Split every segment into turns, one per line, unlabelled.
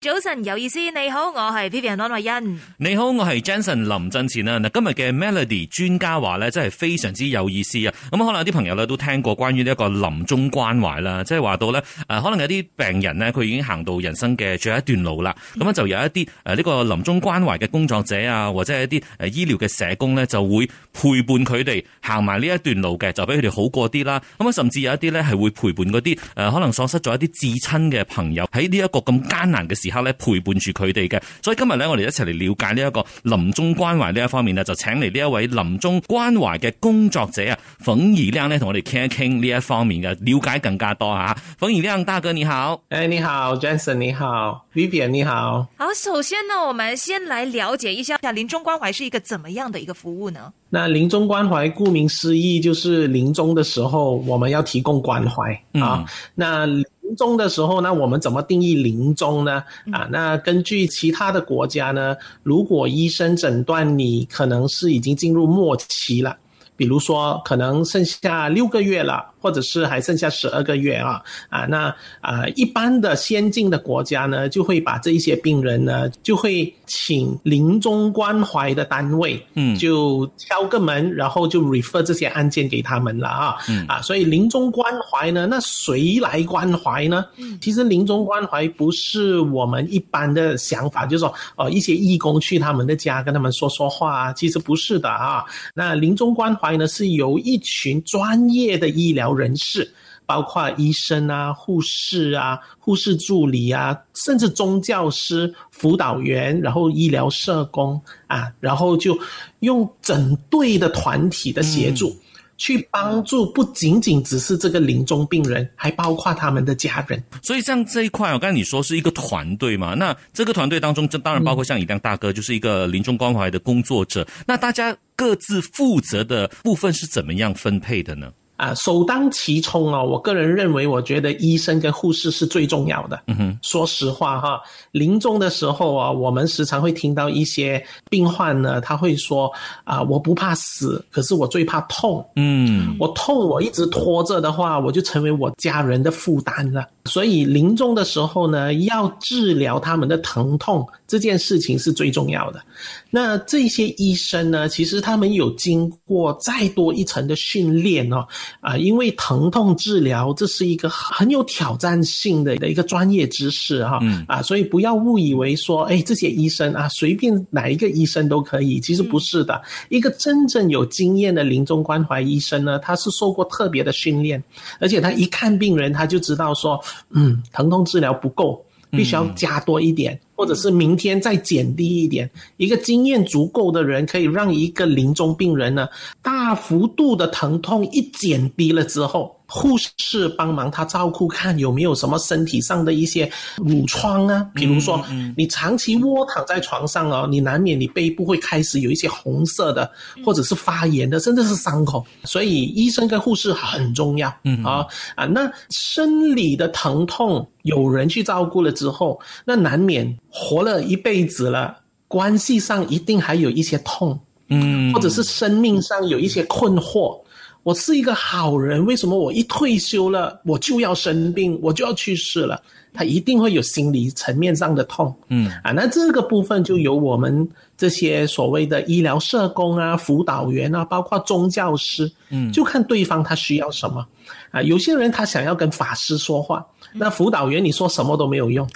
早晨有意思，你好，我係 Vivian 安慧欣。
你好，我係 Jensen 林振前啊！嗱，今日嘅 Melody 專家話咧，真係非常之有意思啊！咁可能有啲朋友咧都聽過關於呢一個臨終關懷啦，即係話到咧誒、呃可能有啲病人呢，佢已經行到人生嘅最後一段路啦，咁啊就有一啲誒呢個臨終關懷嘅工作者啊，或者係一啲誒醫療嘅社工咧，就會陪伴佢哋行埋呢一段路嘅，就俾佢哋好過啲啦。嗯咁啊，甚至有一啲咧係會陪伴嗰啲誒可能喪失咗一啲至親嘅朋友喺呢一個咁艱難嘅時刻咧陪伴住佢哋嘅。所以今日咧，我哋一齊嚟了解呢一個臨終關懷呢一方面呢，就請嚟呢一位臨終關懷嘅工作者啊，馮怡亮咧同我哋傾一傾呢一方面嘅了解更加多嚇。馮怡亮大哥你好。
哎，你好，Jason，你好，Vivian，你好。
好，首先呢，我們先來了解一下臨終關懷是一個怎麼樣的一個服務呢？
那临终关怀，顾名思义，就是临终的时候我们要提供关怀啊。
嗯
那临终的时候呢，我们怎么定义临终呢？啊，那根据其他的国家呢，如果医生诊断你可能是已经进入末期了。比如说，可能剩下六个月了，或者是还剩下十二个月啊啊，那啊、一般的先进的国家呢，就会把这一些病人呢，就会请临终关怀的单位，
嗯
就敲个门，然后就 refer 这些案件给他们了啊。
嗯
啊，所以临终关怀呢，那谁来关怀呢？
嗯
其实临终关怀不是我们一般的想法，就是说，呃，一些义工去他们的家跟他们说说话啊，其实不是的啊。那临终关怀呢，是由一群专业的医疗人士。包括医生啊、护士啊、护士助理啊，甚至宗教师、辅导员，然后医疗社工啊，然后就用整队的团体的协助，去帮助不仅仅只是这个临终病人，还包括他们的家人。
所以像这一块，我刚才你说是一个团队嘛，那这个团队当中，这当然包括像你亮大哥，就是一个临终关怀的工作者。那大家各自负责的部分是怎么样分配的呢？
啊，首当其冲哦，我个人认为，我觉得医生跟护士是最重要的。
嗯哼，
说实话哈，临终的时候啊，我们时常会听到一些病患呢，他会说啊，我不怕死，可是我最怕痛。
嗯
我痛，我一直拖着的话，我就成为我家人的负担了。所以临终的时候呢，要治疗他们的疼痛，这件事情是最重要的。那这些医生呢，其实他们有经过再多一层的训练哦，啊、因为疼痛治疗这是一个很有挑战性的的一个专业知识哈、
嗯
啊，所以不要误以为说，哎，这些医生啊，随便哪一个医生都可以，其实不是的。一个真正有经验的临终关怀医生呢，他是受过特别的训练，而且他一看病人，他就知道说，嗯，疼痛治疗不够，必须要加多一点，或者是明天再减低一点。一个经验足够的人，可以让一个临终病人呢，大幅度的疼痛一减低了之后。护士帮忙他照顾，看有没有什么身体上的一些褥疮啊，比如说你长期窝躺在床上哦，你难免你背部会开始有一些红色的，或者是发炎的，甚至是伤口。所以医生跟护士很重要。
嗯
啊啊，那生理的疼痛有人去照顾了之后，那难免活了一辈子了，关系上一定还有一些痛，
嗯
或者是生命上有一些困惑。我是一个好人，为什么我一退休了我就要生病，我就要去世了？他一定会有心理层面上的痛。
嗯
啊，那这个部分就由我们这些所谓的医疗社工啊、辅导员啊，包括宗教师，
嗯
就看对方他需要什么。啊，有些人他想要跟法师说话，那辅导员你说什么都没有用。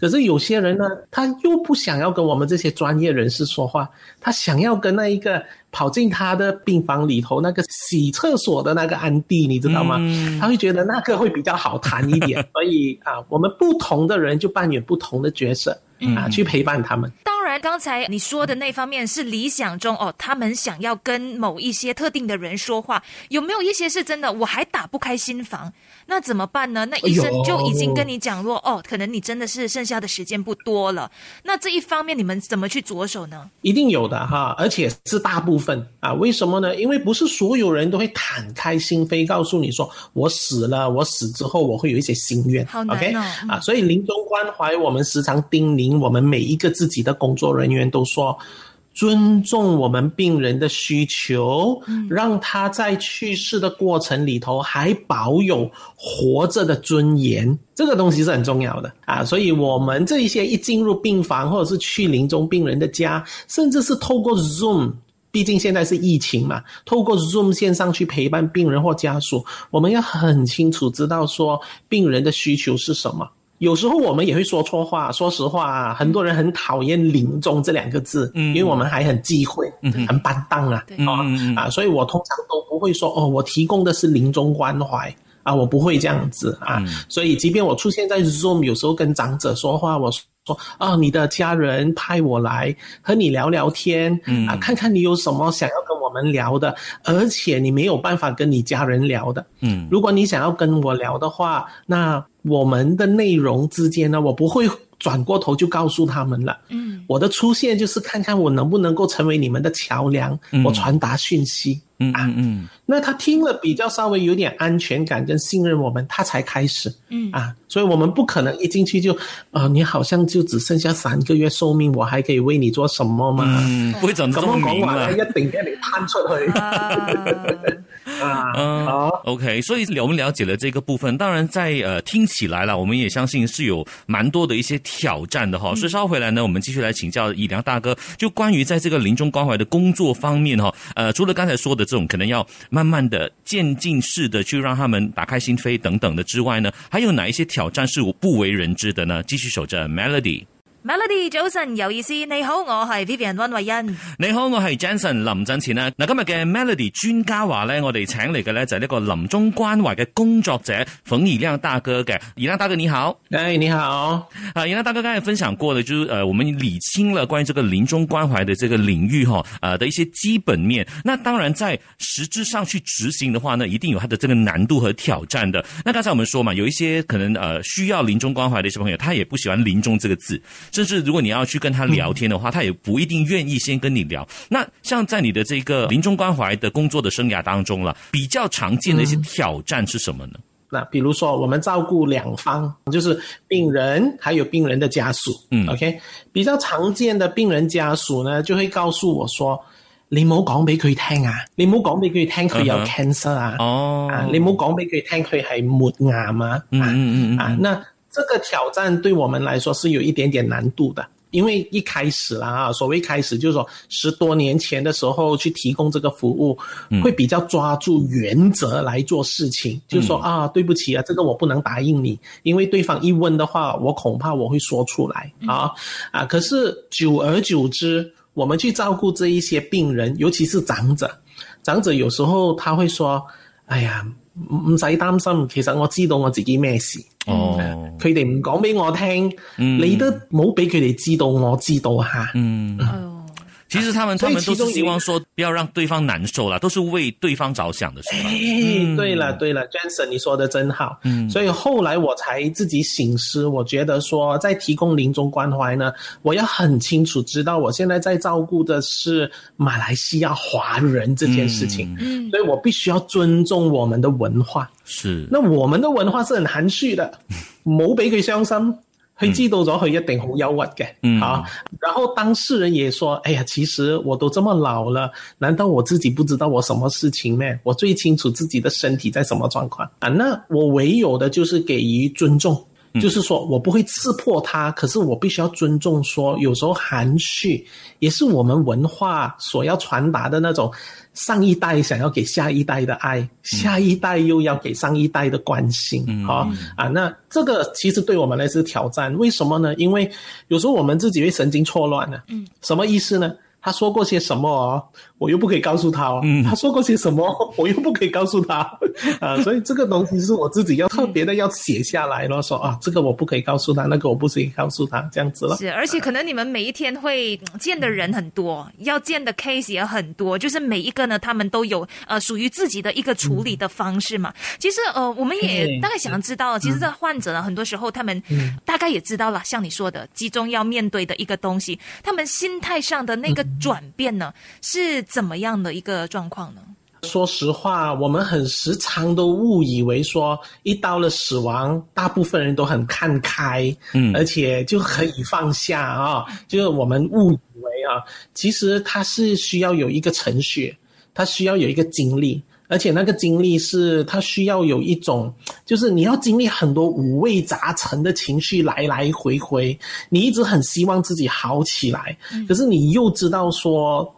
可是有些人呢，他又不想要跟我们这些专业人士说话，他想要跟那一个跑进他的病房里头那个洗厕所的那个安迪，你知道吗？
嗯
他会觉得那个会比较好谈一点。所以啊，我们不同的人就扮演不同的角色啊，去陪伴他们。
当然，刚才你说的那方面是理想中哦，他们想要跟某一些特定的人说话，有没有一些是真的？我还打不开心房，那怎么办呢？那医生就已经跟你讲过哦，可能你真的是剩下的时间不多了。那这一方面你们怎么去着手呢？
一定有的哈，而且是大部分啊。为什么呢？因为不是所有人都会坦开心扉告诉你说，我死了，我死之后我会有一些心愿。
好难
OK
哦嗯
啊，所以临终关怀，我们时常叮咛我们每一个自己的工作人员都说，尊重我们病人的需求，让他在去世的过程里头还保有活着的尊严。这个东西是很重要的啊，所以我们这一些一进入病房，或者是去临终病人的家，甚至是透过 Zoom。毕竟现在是疫情嘛，透过 Zoom 线上去陪伴病人或家属，我们要很清楚知道说病人的需求是什么。有时候我们也会说错话，说实话、啊，很多人很讨厌“临终”这两个字，
嗯
因为我们还很忌讳，很板当啊，
对
啊、
嗯嗯嗯
啊，所以我通常都不会说哦，我提供的是临终关怀。啊，我不会这样子啊，所以即便我出现在 Zoom，有时候跟长者说话，我说啊，你的家人派我来和你聊聊天，啊，看看你有什么想要跟我们聊的，而且你没有办法跟你家人聊的，
嗯
如果你想要跟我聊的话，那我们的内容之间呢，我不会转过头就告诉他们了。
嗯
我的出现就是看看我能不能够成为你们的桥梁，
嗯
我传达讯息。
嗯嗯
那他听了比较稍微有点安全感跟信任我们，他才开始
嗯
啊。所以我们不可能一进去就，啊，你好像就只剩下三个月寿命，我还可以为你做什么嘛？
嗯，不會就
咁樣
中
講
年
話
啦
咧，。一定一定攤出去
啊
啊！
嗯
好。
OK，所以我们了解了这个部分，当然在呃听起来了，我们也相信是有蛮多的一些挑战的哈。所以稍后回来呢，我们继续来请教以良大哥，就关于在这个临终关怀的工作方面哈，呃，除了刚才说的这种可能要慢慢的渐进式的去让他们打开心扉等等的之外呢，还有哪一些挑战是我不为人知的呢？继续守着 Melody。
，Melody 早晨有意思，你好，我系 Vivian 温慧欣。
你好，我係 Jensen 林振前啦。嗱，今日嘅 Melody 專家話咧，我哋請嚟嘅咧就係呢個臨終關懷嘅工作者馮以亮大哥嘅。以亮大哥你好，
哎，你好，
啊，以亮大哥剛才分享過了，就是呃，我們理清了關於這個臨終關懷的這個領域哈，呃的一些基本面。那當然在實質上去執行的話呢，一定有它的這個難度和挑戰的。那剛才我們說嘛，有一些可能呃需要臨終關懷的一些朋友，他也不喜歡臨終這個字，甚至如果你要去跟他聊天的話，他也不一定願意先跟你聊。那像在你的这个临终关怀的工作的生涯当中了，比较常见的
嗯
一些挑战是什么呢？
那比如说，我们照顾两方，就是病人还有病人的家属。
嗯
，OK，比较常见的病人家属呢，就会告訴我說：你唔好講俾佢聽啊，你唔好講俾佢聽佢有
嗯哼
cancer 啊，
哦，
啊，你唔好講俾佢聽佢係末癌啊，
嗯
啊
嗯嗯
啊
嗯，
那这个挑战对我们来说是有一点点难度的。因为一开始啦啊，所谓开始就是说十多年前的时候去提供这个服务，
嗯
会比较抓住原则来做事情，就是说啊，对不起啊，这个我不能答应你，因为对方一问的话，我恐怕我会说出来
嗯
啊啊。可是久而久之，我们去照顾这一些病人，尤其是长者，长者有时候他会说：，哎呀，唔唔使担心，其实我知道我自己咩事。
哦，
佢哋唔講俾我聽，
嗯
你都冇俾佢哋知道，我知道嚇。
嗯，
哦，
其实他们他
所以
们都
其中
是希
有一
望说不要让对方难受啦，都是为对方着想的，是吧？
哎，对了对了，Johnson，你说的真好。嗯，所以后来我才自己醒思，我觉得说，在提供临终关怀呢，我要很清楚知道，我现在在照顾的是马来西亚华人这件事情，
嗯
所以我必须要尊重我们的文化。
是，
那我們的文化是很含蓄的，冇俾佢傷心，佢知道咗佢一定好憂鬱嘅，
嗯
啊，然後當事人也說：，哎呀，其實我都這麼老了，難道我自己不知道我什麼事情咩？我最清楚自己的身體在什麼狀況啊。那我唯有的就是給予尊重。就是说我不会刺破他，可是我必须要尊重说有时候含蓄也是我们文化所要传达的那种上一代想要给下一代的爱，下一代又要给上一代的关心，啊、啊，那这个其实对我们来说是挑战，为什么呢？因为有时候我们自己会神经错乱呢、嗯，什么意思呢？他说过些什么哦？我又不可以告诉他哦。他说过些什么， 我又不可以告诉他 啊。所以这个东西是我自己要特别的要写下来咯，说啊，这个我不可以告诉他，那个我不可以告诉他，这样子了。
是，而且可能你们每一天会嗯见的人很多，
嗯
要见的 case 也很多，就是每一个呢，他们都有呃属于自己的一个处理的方式嘛。其实呃，我们也
哎对嗯
大概想知道，其实这患者呢，很多时候他们大概也知道了，像你说的，集中要面对的一个东西，他们心态上的那个
嗯
转变呢，是怎么样的一个状况呢？
说实话，我们很时常都误以为说，一到了死亡，大部分人都很看开，
嗯
而且就可以放下啊、就是我们误以为啊，其实它是需要有一个程序，它需要有一个经历。而且那个经历是，他需要有一种，就是你要经历很多五味杂陈的情绪来来回回，你一直很希望自己好起来，可是你又知道说。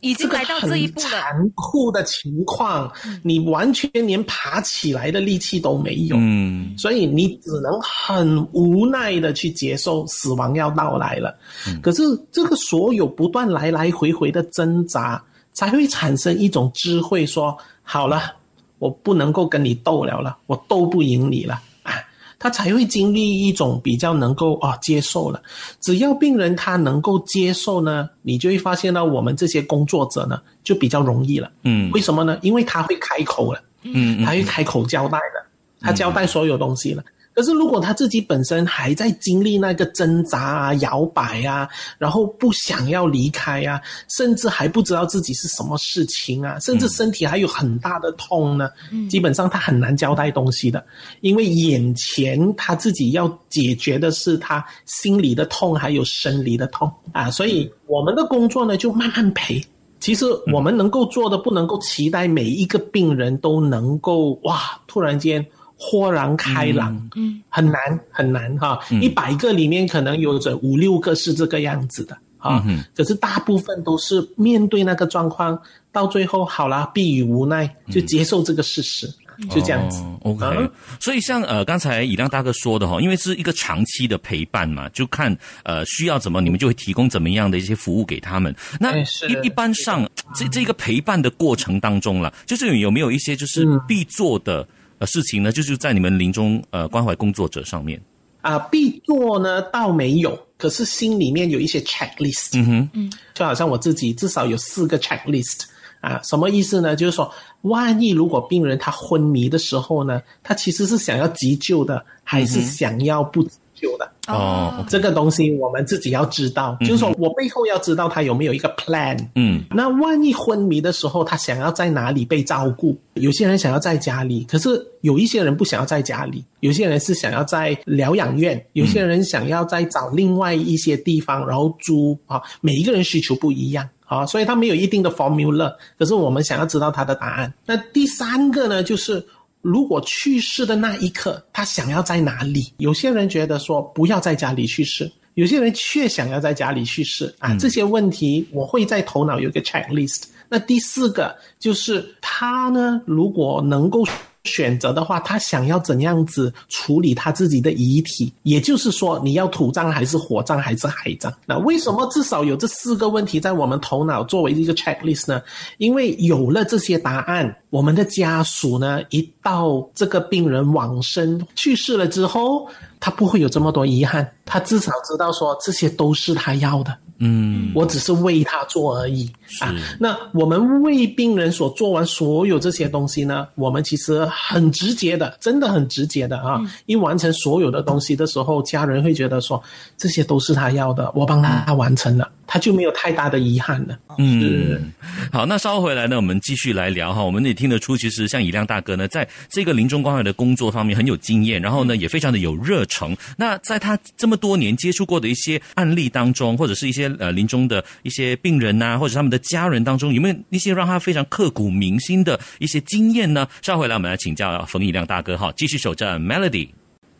已经来到这一步了，嗯
残酷的情况，你完全连爬起来的力气都没有，
嗯，
所以你只能很无奈的去接受死亡要到来了。可是这个所有不断来来回回的挣扎，才会产生一种智慧说，说好了，我不能够跟你斗了了，我斗不赢你了。啊他才会经历一种比较能够啊接受了。只要病人他能够接受呢，你就会发现到我们这些工作者呢就比较容易了。
嗯
为什么呢？因为他会开口了，
嗯，嗯嗯
他会开口交代了，他交代所有东西了。可是如果他自己本身还在经历那个挣扎啊、摇摆啊，然后不想要离开啊，甚至还不知道自己是什么事情啊，甚
嗯
至身体还有很大的痛呢，基本上他很难交代东西的，因为眼前他自己要解决的是他心里的痛还有生理的痛啊，所
嗯
以我们的工作呢就慢慢陪。其实我们能够做的，不能够期待每一个病人都能够哇，突然间豁然开朗，
嗯，
很难很难哈。
嗯
一百个里面可能有着五六个是这个样子的啊
嗯哼，
可是大部分都是面对那个状况，到最后好啦，避于无奈，就接受这个事实，就这样子。
哦 OK，、
嗯
所以像呃刚才以亮大哥说的哈，因为是一个长期的陪伴嘛，就看呃需要怎么，你们就会提供怎么样的一些服务给他们。那
哎是
一一般上这这个陪伴的过程当中了，就是有没有一些就是必做的呃事情呢？就是在你们临终呃关怀工作者上面。
啊，必做呢倒没有，可是心里面有一些 checklist。嗯
哼，
嗯，就好像我自己至少有四个 checklist。啊，什么意思呢？就是说，万一如果病人他昏迷的时候呢，他其实是想要急救的，还是想要不急救的？
哦
哦，
这个东西我们自己要知道，就是说我背后要知道他有没有一个 plan。
嗯
那万一昏迷的时候，他想要在哪里被照顾？有些人想要在家里，可是有一些人不想要在家里，有些人是想要在疗养院，有些人想要再找另外一些地方，然后租啊。每一个人需求不一样啊，所以他没有一定的 formula。可是我们想要知道他的答案。那第三个呢，就是。如果去世的那一刻，他想要在哪里？有些人觉得说不要在家里去世，有些人却想要在家里去世啊，这些问题我会在头脑有一个 checklist。那第四个就是他呢，如果能够选择的话，他想要怎样子处理他自己的遗体，也就是说，你要土葬还是火葬还是海葬？那为什么至少有这四个问题在我们头脑作为一个 checklist 呢？因为有了这些答案，我们的家属呢，一到这个病人往生去世了之后，他不会有这么多遗憾，他至少知道说这些都是他要的，
嗯
我只是为他做而已啊
是。
那我们为病人所做完所有这些东西呢，我们其实很直接的，真的很直接的啊。
嗯
一完成所有的东西的时候，家人会觉得说这些都是他要的，我帮他完成了，他就没有太大的遗憾了。是
嗯，好，那稍后回来呢，我们继续来聊哈。我们也听得出，其实像以亮大哥呢，在这个临终关怀的工作方面很有经验，然后呢，也非常的有热诚。那在他这么多年接触过的一些案例当中，或者是一些呃临终的一些病人啊呐、或者他们的家人当中，有没有一些让他非常刻骨铭心的一些经验呢？稍后回来我们来请教冯以亮大哥哈，继续守着 Melody。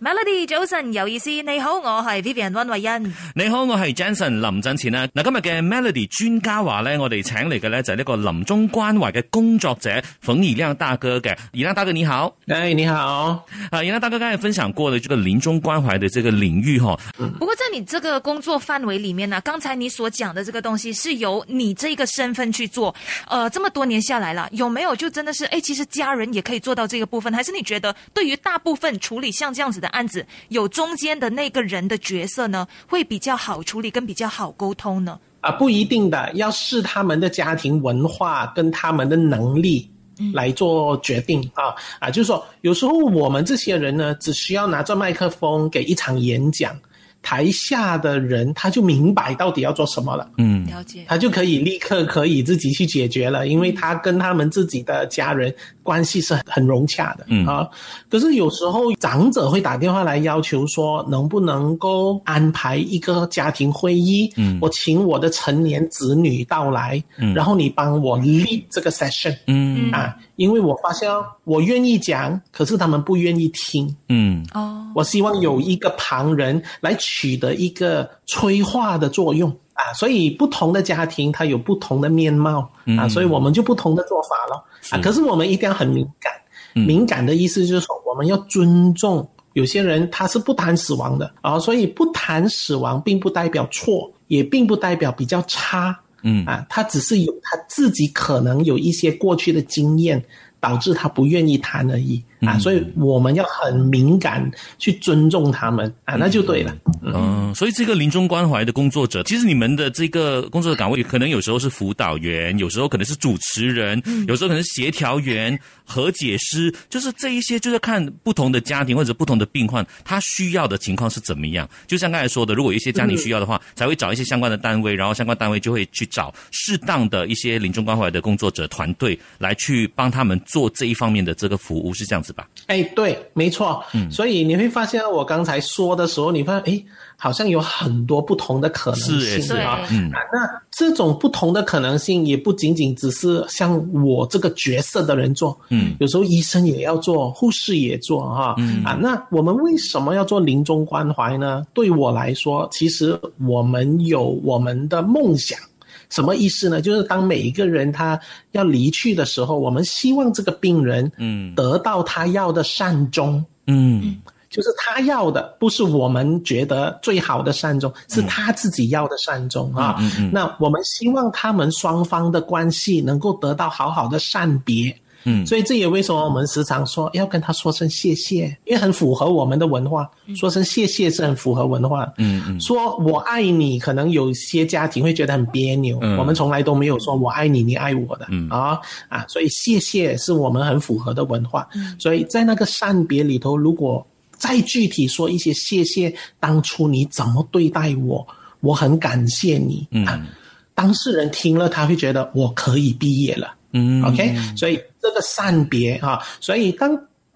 Melody 早晨有意思，你好，我系 Vivian 温慧欣。
你好，我系 Jensen 林振前啊啦。嗱，今日嘅 Melody 專家話咧，我哋請嚟嘅咧就係呢個臨終關懷嘅工作者馮以亮大哥嘅。以亮大哥你好，
哎，你好，
啊，以亮大哥剛才分享過了這個臨終關懷的這個領域哈，
不过在你这个工作范围里面呢、刚才你所讲的这个东西是由你这个身份去做，呃，这么多年下来了，有没有就真的是，哎，其实家人也可以做到这个部分，还是你觉得对于大部分处理像这样子的案子，有中间的那个人的角色呢，会比较好处理跟比较好沟通呢？
啊，不一定的，要视他们的家庭文化跟他们的能力来做决定啊啊，就是说，有时候我们这些人呢，只需要拿着麦克风给一场演讲。台下的人他就明白到底要做什么了。
嗯，
了解。
他就可以立刻可以自己去解决了，因为他跟他们自己的家人关系是很融洽的、
嗯
啊。可是有时候长者会打电话来要求说，能不能够安排一个家庭会议？
嗯
我请我的成年子女到来，
嗯
然后你帮我 lead 这个 session、
嗯
啊，因为我发现哦我愿意讲，可是他们不愿意听。
嗯
哦，
我希望有一个旁人来取得一个催化的作用啊，所以不同的家庭它有不同的面貌啊，
嗯
所以我们就不同的做法了啊。
是
可是我们一定要很敏感，
嗯
敏感的意思就是说我们要尊重有些人他是不谈死亡的啊，所以不谈死亡并不代表错，也并不代表比较差。
嗯
啊，他只是有他自己可能有一些过去的经验，导致他不愿意谈而已啊，
嗯
所以我们要很敏感去尊重他们啊，那就对了。
嗯，所以这个临终关怀的工作者，其实你们的这个工作的岗位，可能有时候是辅导员，有时候可能是主持人，有时候可能是协调员、和解师，就是这一些，就是看不同的家庭或者不同的病患，他需要的情况是怎么样。就像刚才说的，如果有一些家庭需要的话，才会找一些相关的单位，然后相关单位就会去找适当的一些临终关怀的工作者团队来去帮他们做这一方面的这个服务，是这样子吧？
哎，对，没错。
嗯
所以你会发现，我刚才说的时候，你发现哎，好像有很多不同的可能性
是是
对
啊。
嗯
啊，那这种不同的可能性，也不仅仅只是像我这个角色的人做，
嗯
有时候医生也要做，护士也做哈、啊，
嗯
那我们为什么要做临终关怀呢？对我来说，其实我们有我们的梦想。什么意思呢？就是当每一个人他要离去的时候，我们希望这个病人
嗯
得到他要的善终，
嗯
就是他要的，不是我们觉得最好的善终，是他自己要的善终啊。
嗯嗯
那我们希望他们双方的关系能够得到好好的善别。
嗯，
所以这也为什么我们时常说要跟他说声谢谢，因为很符合我们的文化，说声谢谢是很符合文化。
嗯嗯
说我爱你，可能有些家庭会觉得很别扭，
嗯
我们从来都没有说我爱你，你爱我的
嗯
啊啊，所以谢谢是我们很符合的文化。所以在那个善别里头，如果再具体说一些谢谢，当初你怎么对待我，我很感谢你
嗯
啊。当事人听了，他会觉得我可以毕业了。
嗯
OK，所以这个善别啊，所以当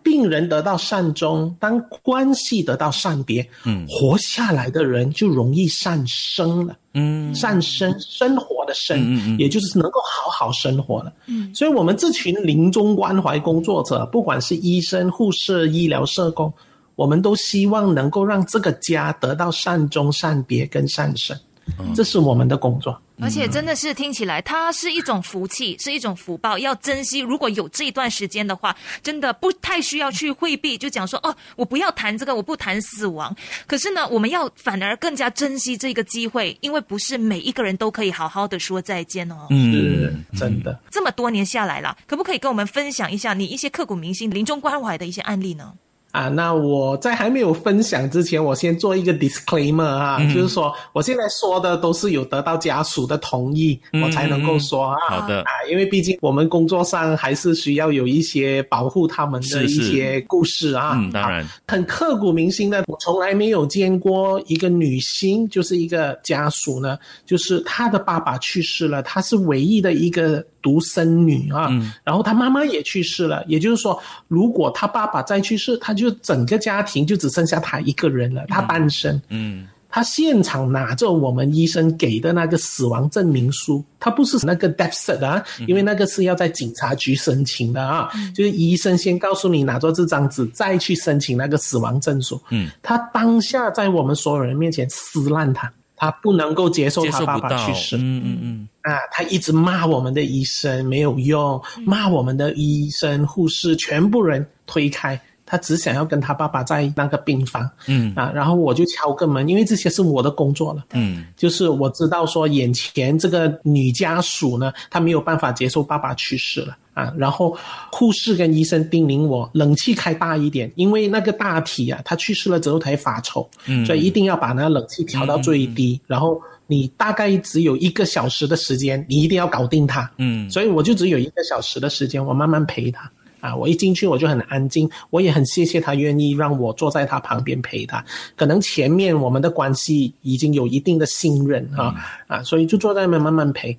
病人得到善终，当关系得到善别，
嗯
活下来的人就容易善生了。
嗯
善生生活的生，
嗯嗯嗯
也就是能够好好生活了。
嗯
所以，我们这群临终关怀工作者，不管是医生、护士、医疗社工，我们都希望能够让这个家得到善终、善别跟善生，
嗯
这是我们的工作。
而且真的是听起来，它是一种福气，是一种福报，要珍惜。如果有这一段时间的话，真的不太需要去回避，就讲说哦，我不要谈这个，我不谈死亡。可是呢，我们要反而更加珍惜这个机会，因为不是每一个人都可以好好的说再见哦。
是
嗯，
真的。
这么多年下来了，可不可以跟我们分享一下你一些刻骨铭心、临终关怀的一些案例呢？
啊，那我在还没有分享之前，我先做一个 disclaimer 啊，
嗯
就是说我现在说的都是有得到家属的同意，我才能够说啊。
嗯好的
啊，因为毕竟我们工作上还是需要有一些保护他们的
是
一
是
些故事啊。
嗯，当然，
很刻骨铭心的，我从来没有见过一个女星，就是一个家属呢，就是她的爸爸去世了，她是唯一的一个独生女啊，
嗯
然后她妈妈也去世了，也就是说，如果她爸爸再去世，她就整个家庭就只剩下她一个人了，她单身。
嗯
他现场拿着我们医生给的那个死亡证明书，他不是那个 death cert 啊，
嗯
因为那个是要在警察局申请的啊，就是医生先告诉你拿着这张纸，再去申请那个死亡证书。
嗯，
他当下在我们所有人面前撕烂他，他不能够接受
接
他
受
爸
不
爸
到
去，世。
嗯嗯嗯
啊，他一直骂我们的医生没有用，
嗯
骂我们的医生、护士，全部人推开。他只想要跟他爸爸在那个病房
嗯
啊，然后我就敲个门，因为这些是我的工作了。
嗯
就是我知道说，眼前这个女家属呢，她没有办法接受爸爸去世了啊。然后护士跟医生叮咛我，冷气开大一点，因为那个大体啊，她去世了之后才发臭，
嗯
所以一定要把那个冷气调到最低。然后你大概只有一个小时的时间，你一定要搞定她。
嗯，
所以我就只有一个小时的时间，我慢慢陪他。啊，我一进去我就很安静，我也很谢谢他愿意让我坐在他旁边陪他。可能前面我们的关系已经有一定的信任啊、啊，所以就坐在那边慢慢陪。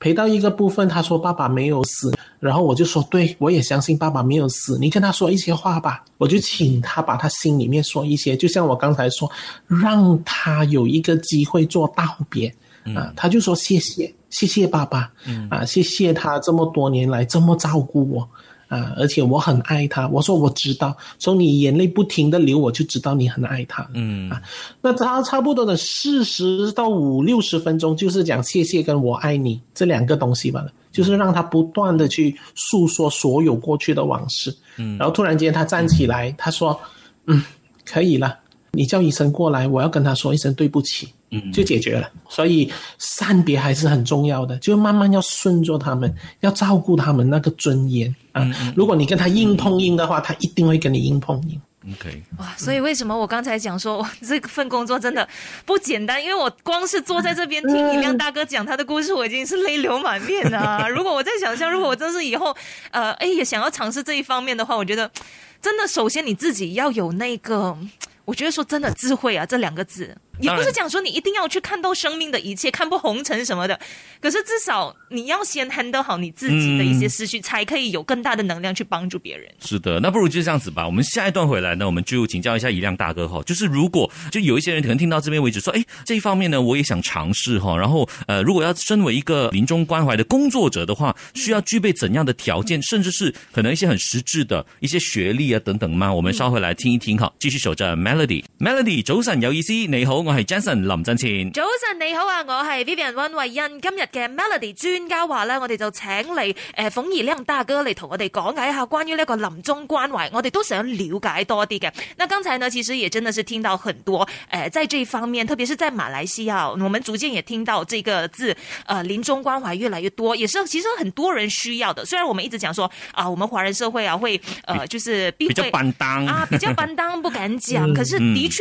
陪到一个部分，他说爸爸没有死，然后我就说，对我也相信爸爸没有死，你跟他说一些话吧，我就请他把他心里面说一些，就像我刚才说，让他有一个机会做道别啊，他就说谢谢，谢谢爸爸，啊，谢谢他这么多年来这么照顾我。啊，而且我很爱他。我说我知道，从你眼泪不停的流，我就知道你很爱他。
嗯
啊，那他差不多的四十到五六十分钟，就是讲谢谢跟我爱你这两个东西吧，就是让他不断的去诉说所有过去的往事。嗯，然后突然间他站起来，他说：“嗯，可以了，你叫医生过来，我要跟他说一声对不起。”嗯，就解决了。所以善别还是很重要的，就慢慢要顺着他们，要照顾他们那个尊严啊。如果你跟他硬碰硬的话，他一定会跟你硬碰硬。
，OK，
哇，所以为什么我刚才讲说，哇，这份工作真的不简单？因为我光是坐在这边听一亮大哥讲他的故事，我已经是泪流满面了啊。如果我在想象，如果我真是以后，呃，哎，也想要尝试这一方面的话，我觉得真的，首先你自己要有那个。我觉得说真的，智慧啊，这两个字也
当然
不是讲说你一定要去看透生命的一切，看破红尘什么的。可是至少你要先 handle 好你自己的一些思绪，才可以有更大的能量去帮助别人。
是的，那不如就这样子吧。我们下一段回来呢，我们就请教一下一亮大哥哈，就是如果就有一些人可能听到这边为止说，哎，这一方面呢，我也想尝试哈。然后呃，如果要身为一个临终关怀的工作者的话，需要具备怎样的条件，甚至是可能一些很实质的一些学历啊等等吗？
嗯
我们稍回来听一听哈。继续守着 Melody，Melody 早晨有意思，你好，我系 Jason 林振前。
早晨你好啊，我係 Vivian 温慧欣。今日嘅 Melody 專家話咧，我哋就請嚟诶馮怡亮大哥嚟同我哋講解一下關於呢一個臨終關懷，我哋都想了解多啲嘅。那剛才呢，其實也真的是聽到很多诶、呃在這一方面，特別是在馬來西亞，我們逐漸也聽到這個字，呃，臨終關懷越來越多，也是其實很多人需要的。雖然我們一直講說啊，我們華人社會啊會呃就是避
比较
讳
板当
啊，比较板当不敢讲，
嗯
可是的确。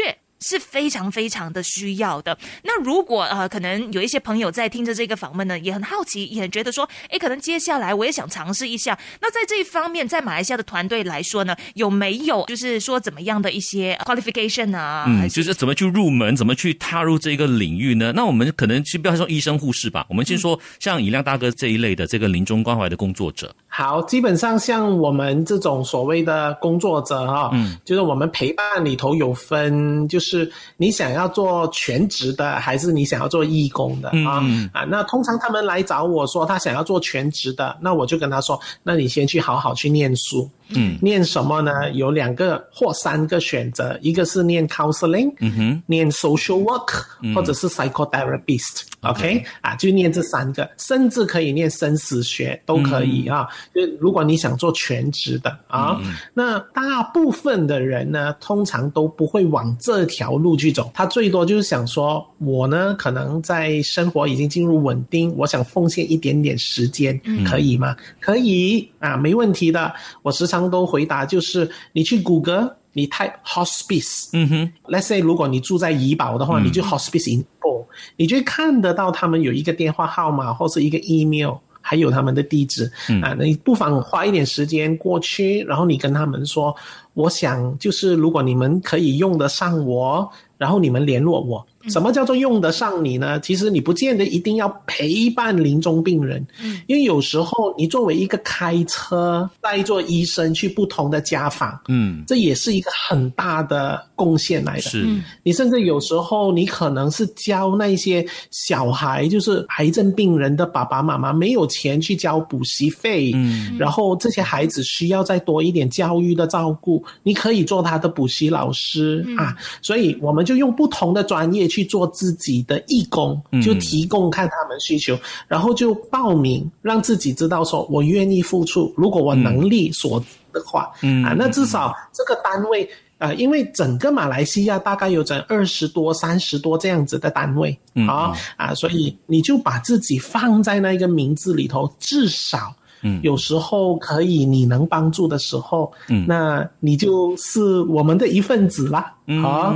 是非常非常的需要的。那如果呃，可能有一些朋友在听着这个访问呢，也很好奇，也觉得说，诶，可能接下来我也想尝试一下。那在这一方面，在马来西亚的团队来说呢，有没有就是说怎么样的一些 qualification 啊？
嗯，
还
就是怎么去入门，怎么去踏入这个领域呢？那我们可能先不要说医生、护士吧，我们先
嗯
说像以亮大哥这一类的这个临终关怀的工作者。
好，基本上像我们这种所谓的工作者哈、嗯，就是我们陪伴里头有分，就是你想要做全职的，还是你想要做义工的啊、啊？那通常他们来找我说他想要做全职的，那我就跟他说，那你先去好好去念书，嗯，念什么呢？有两个或三个选择，一个是念 counseling，嗯哼，念 social work，、或者是 psychotherapist，OK 啊，就念这三个，甚至可以念生死学都可以啊。就如果你想做全职的啊，那大部分的人呢，通常都不会往这条路去走，他最多就是想说，我呢可能在生活已经进入稳定，我想奉献一点点时间，可以吗？可以啊，没问题的。我时常都回答就是，你去谷歌。你 type hospice，
嗯哼，
Let's say，如果你住在怡保的话，你就 Hospice Info，、你就会看得到他们有一个电话号码或是一个 email，还有他们的地址、啊。那你不妨花一点时间过去，然后你跟他们说，我想就是如果你们可以用得上我，然后你们联络我。什么叫做用得上你呢？其实你不见得一定要陪伴临终病人，因为有时候你作为一个开车带着医生去不同的家访，
嗯，
这也是一个很大的贡献来的。嗯
是，
你甚至有时候你可能是教那些小孩，就是癌症病人的爸爸妈妈没有钱去交补习费，
嗯，
然后这些孩子需要再多一点教育的照顾，你可以做他的补习老师、啊。所以我们就用不同的专业去做自己的义工，
嗯
就提供看他们需求，然后就报名，让自己知道说我愿意付出，如果我能力所及的话，
嗯
啊，那至少这个单位。呃，因为整个马来西亚大概有整二十多、三十多这样子的单位
嗯
啊、啊，所以你就把自己放在那个名字里头，至少，
嗯
有时候可以你能帮助的时候，
嗯
那你就是我们的一份子啦。啊
嗯
好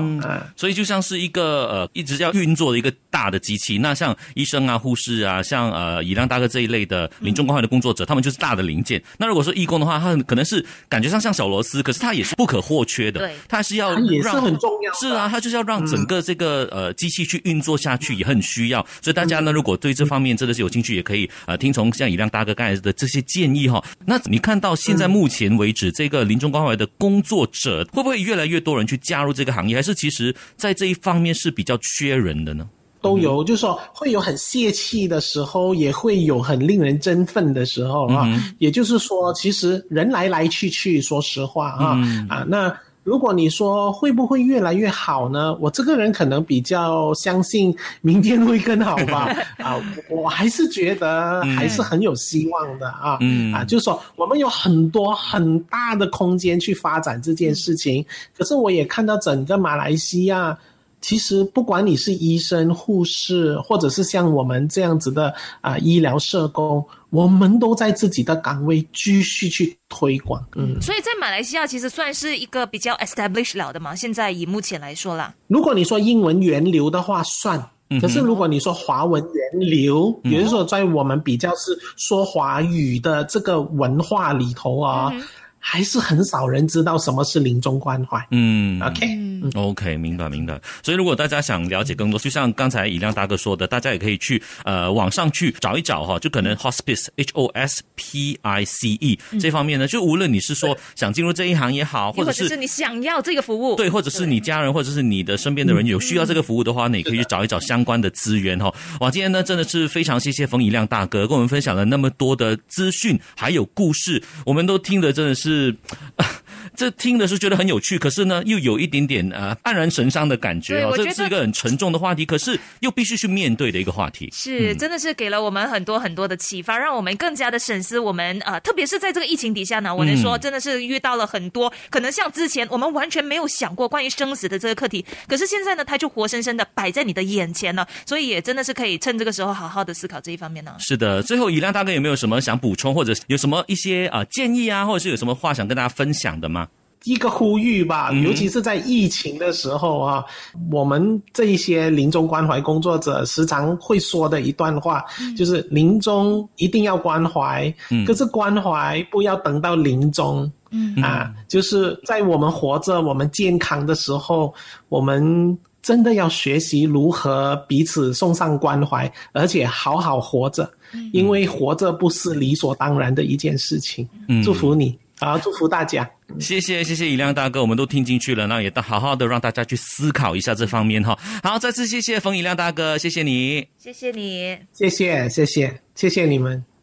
所以就像是一个呃一直要运作的一个大的机器。那像医生啊、护士啊，像呃以亮大哥这一类的临终关怀的工作者，他们就是大的零件。那如果说义工的话，他可能是感觉上像小螺丝，可是他也是不可或缺的
对，
他是要
它也是
让
很重要的。
是啊，，它就是要让整个这个、呃机器去运作下去，也很需要。所以大家呢，如果对这方面真的是有兴趣，也可以呃听从像以亮大哥刚才的这些建议哈。那你看到现在目前为止，这个临终关怀的工作者会不会越来越多人去加入这个行业，还是其实在这一方面是比较缺人的呢？
都有，就是说会有很泄气的时候，也会有很令人振奋的时候啊。也就是说，其实人来来去去，说实话啊、啊，那如果你说会不会越来越好呢？我这个人可能比较相信明天会更好吧啊，我我还是觉得还是很有希望的啊、
嗯
啊，就是说我们有很多很大的空间去发展这件事情，可是我也看到整个马来西亚。其实不管你是医生、护士，或者是像我们这样子的啊、医疗社工，我们都在自己的岗位继续去推广。嗯，
所以在马来西亚其实算是一个比较 establish 了的嘛，现在以目前来说啦，
如果你说英文源流的话，算。可是如果你说华文源流，也就是说在我们比较是说华语的这个文化里头啊，还是很少人知道什么是临终关怀。
嗯
OK，嗯
OK，明白明白。所以如果大家想了解更多，就像刚才以亮大哥说的，大家也可以去呃网上去找一找哈，就可能 hospice h o s p i c e、这方面呢，就无论你是说想进入这一行也好，或
或
者
者
是
是你想要这个服务，
对，或者是你家人，或者是你的身边的人
嗯
有需要这个服务的话，你可以去找一找相关的资源哈。哇，今天呢真的是非常谢谢冯以亮大哥跟我们分享了那么多的资讯，还有故事，我们都听得真的是。啊这听的是觉得很有趣，可是呢，又有一点点呃黯然神伤的感觉
对
哦。
我
这
觉
是
得
一个很沉重的话题，可是又必须去面对的一个话题。
是，真的是给了我们很多很多的启发，让我们更加的审视我们呃，特别是在这个疫情底下
嗯
呢，我能说真的是遇到了很多、可能像之前我们完全没有想过关于生死的这个课题，可是现在呢，它就活生生的摆在你的眼前了，所以也真的是可以趁这个时候好好的思考这一方面呢。
是的，最后以亮大哥有没有什么想补充，或者有什么一些啊、呃建议啊，或者是有什么话想跟大家分享的吗？
一个呼吁吧，尤其是在疫情的时候啊，我们这一些临终关怀工作者时常会说的一段话，就是临终一定要关怀，可是关怀不要等到临终。
嗯
啊，就是在我们活着、我们健康的时候，我们真的要学习如何彼此送上关怀，而且好好活着，因为活着不是理所当然的一件事情。祝福你啊，祝福大家。
谢谢谢谢以亮大哥，我们都听进去了，那也好好的让大家去思考一下这方面哈。好，再次谢谢冯以亮大哥，谢谢你。
谢谢你。
谢谢，谢谢，谢谢你们。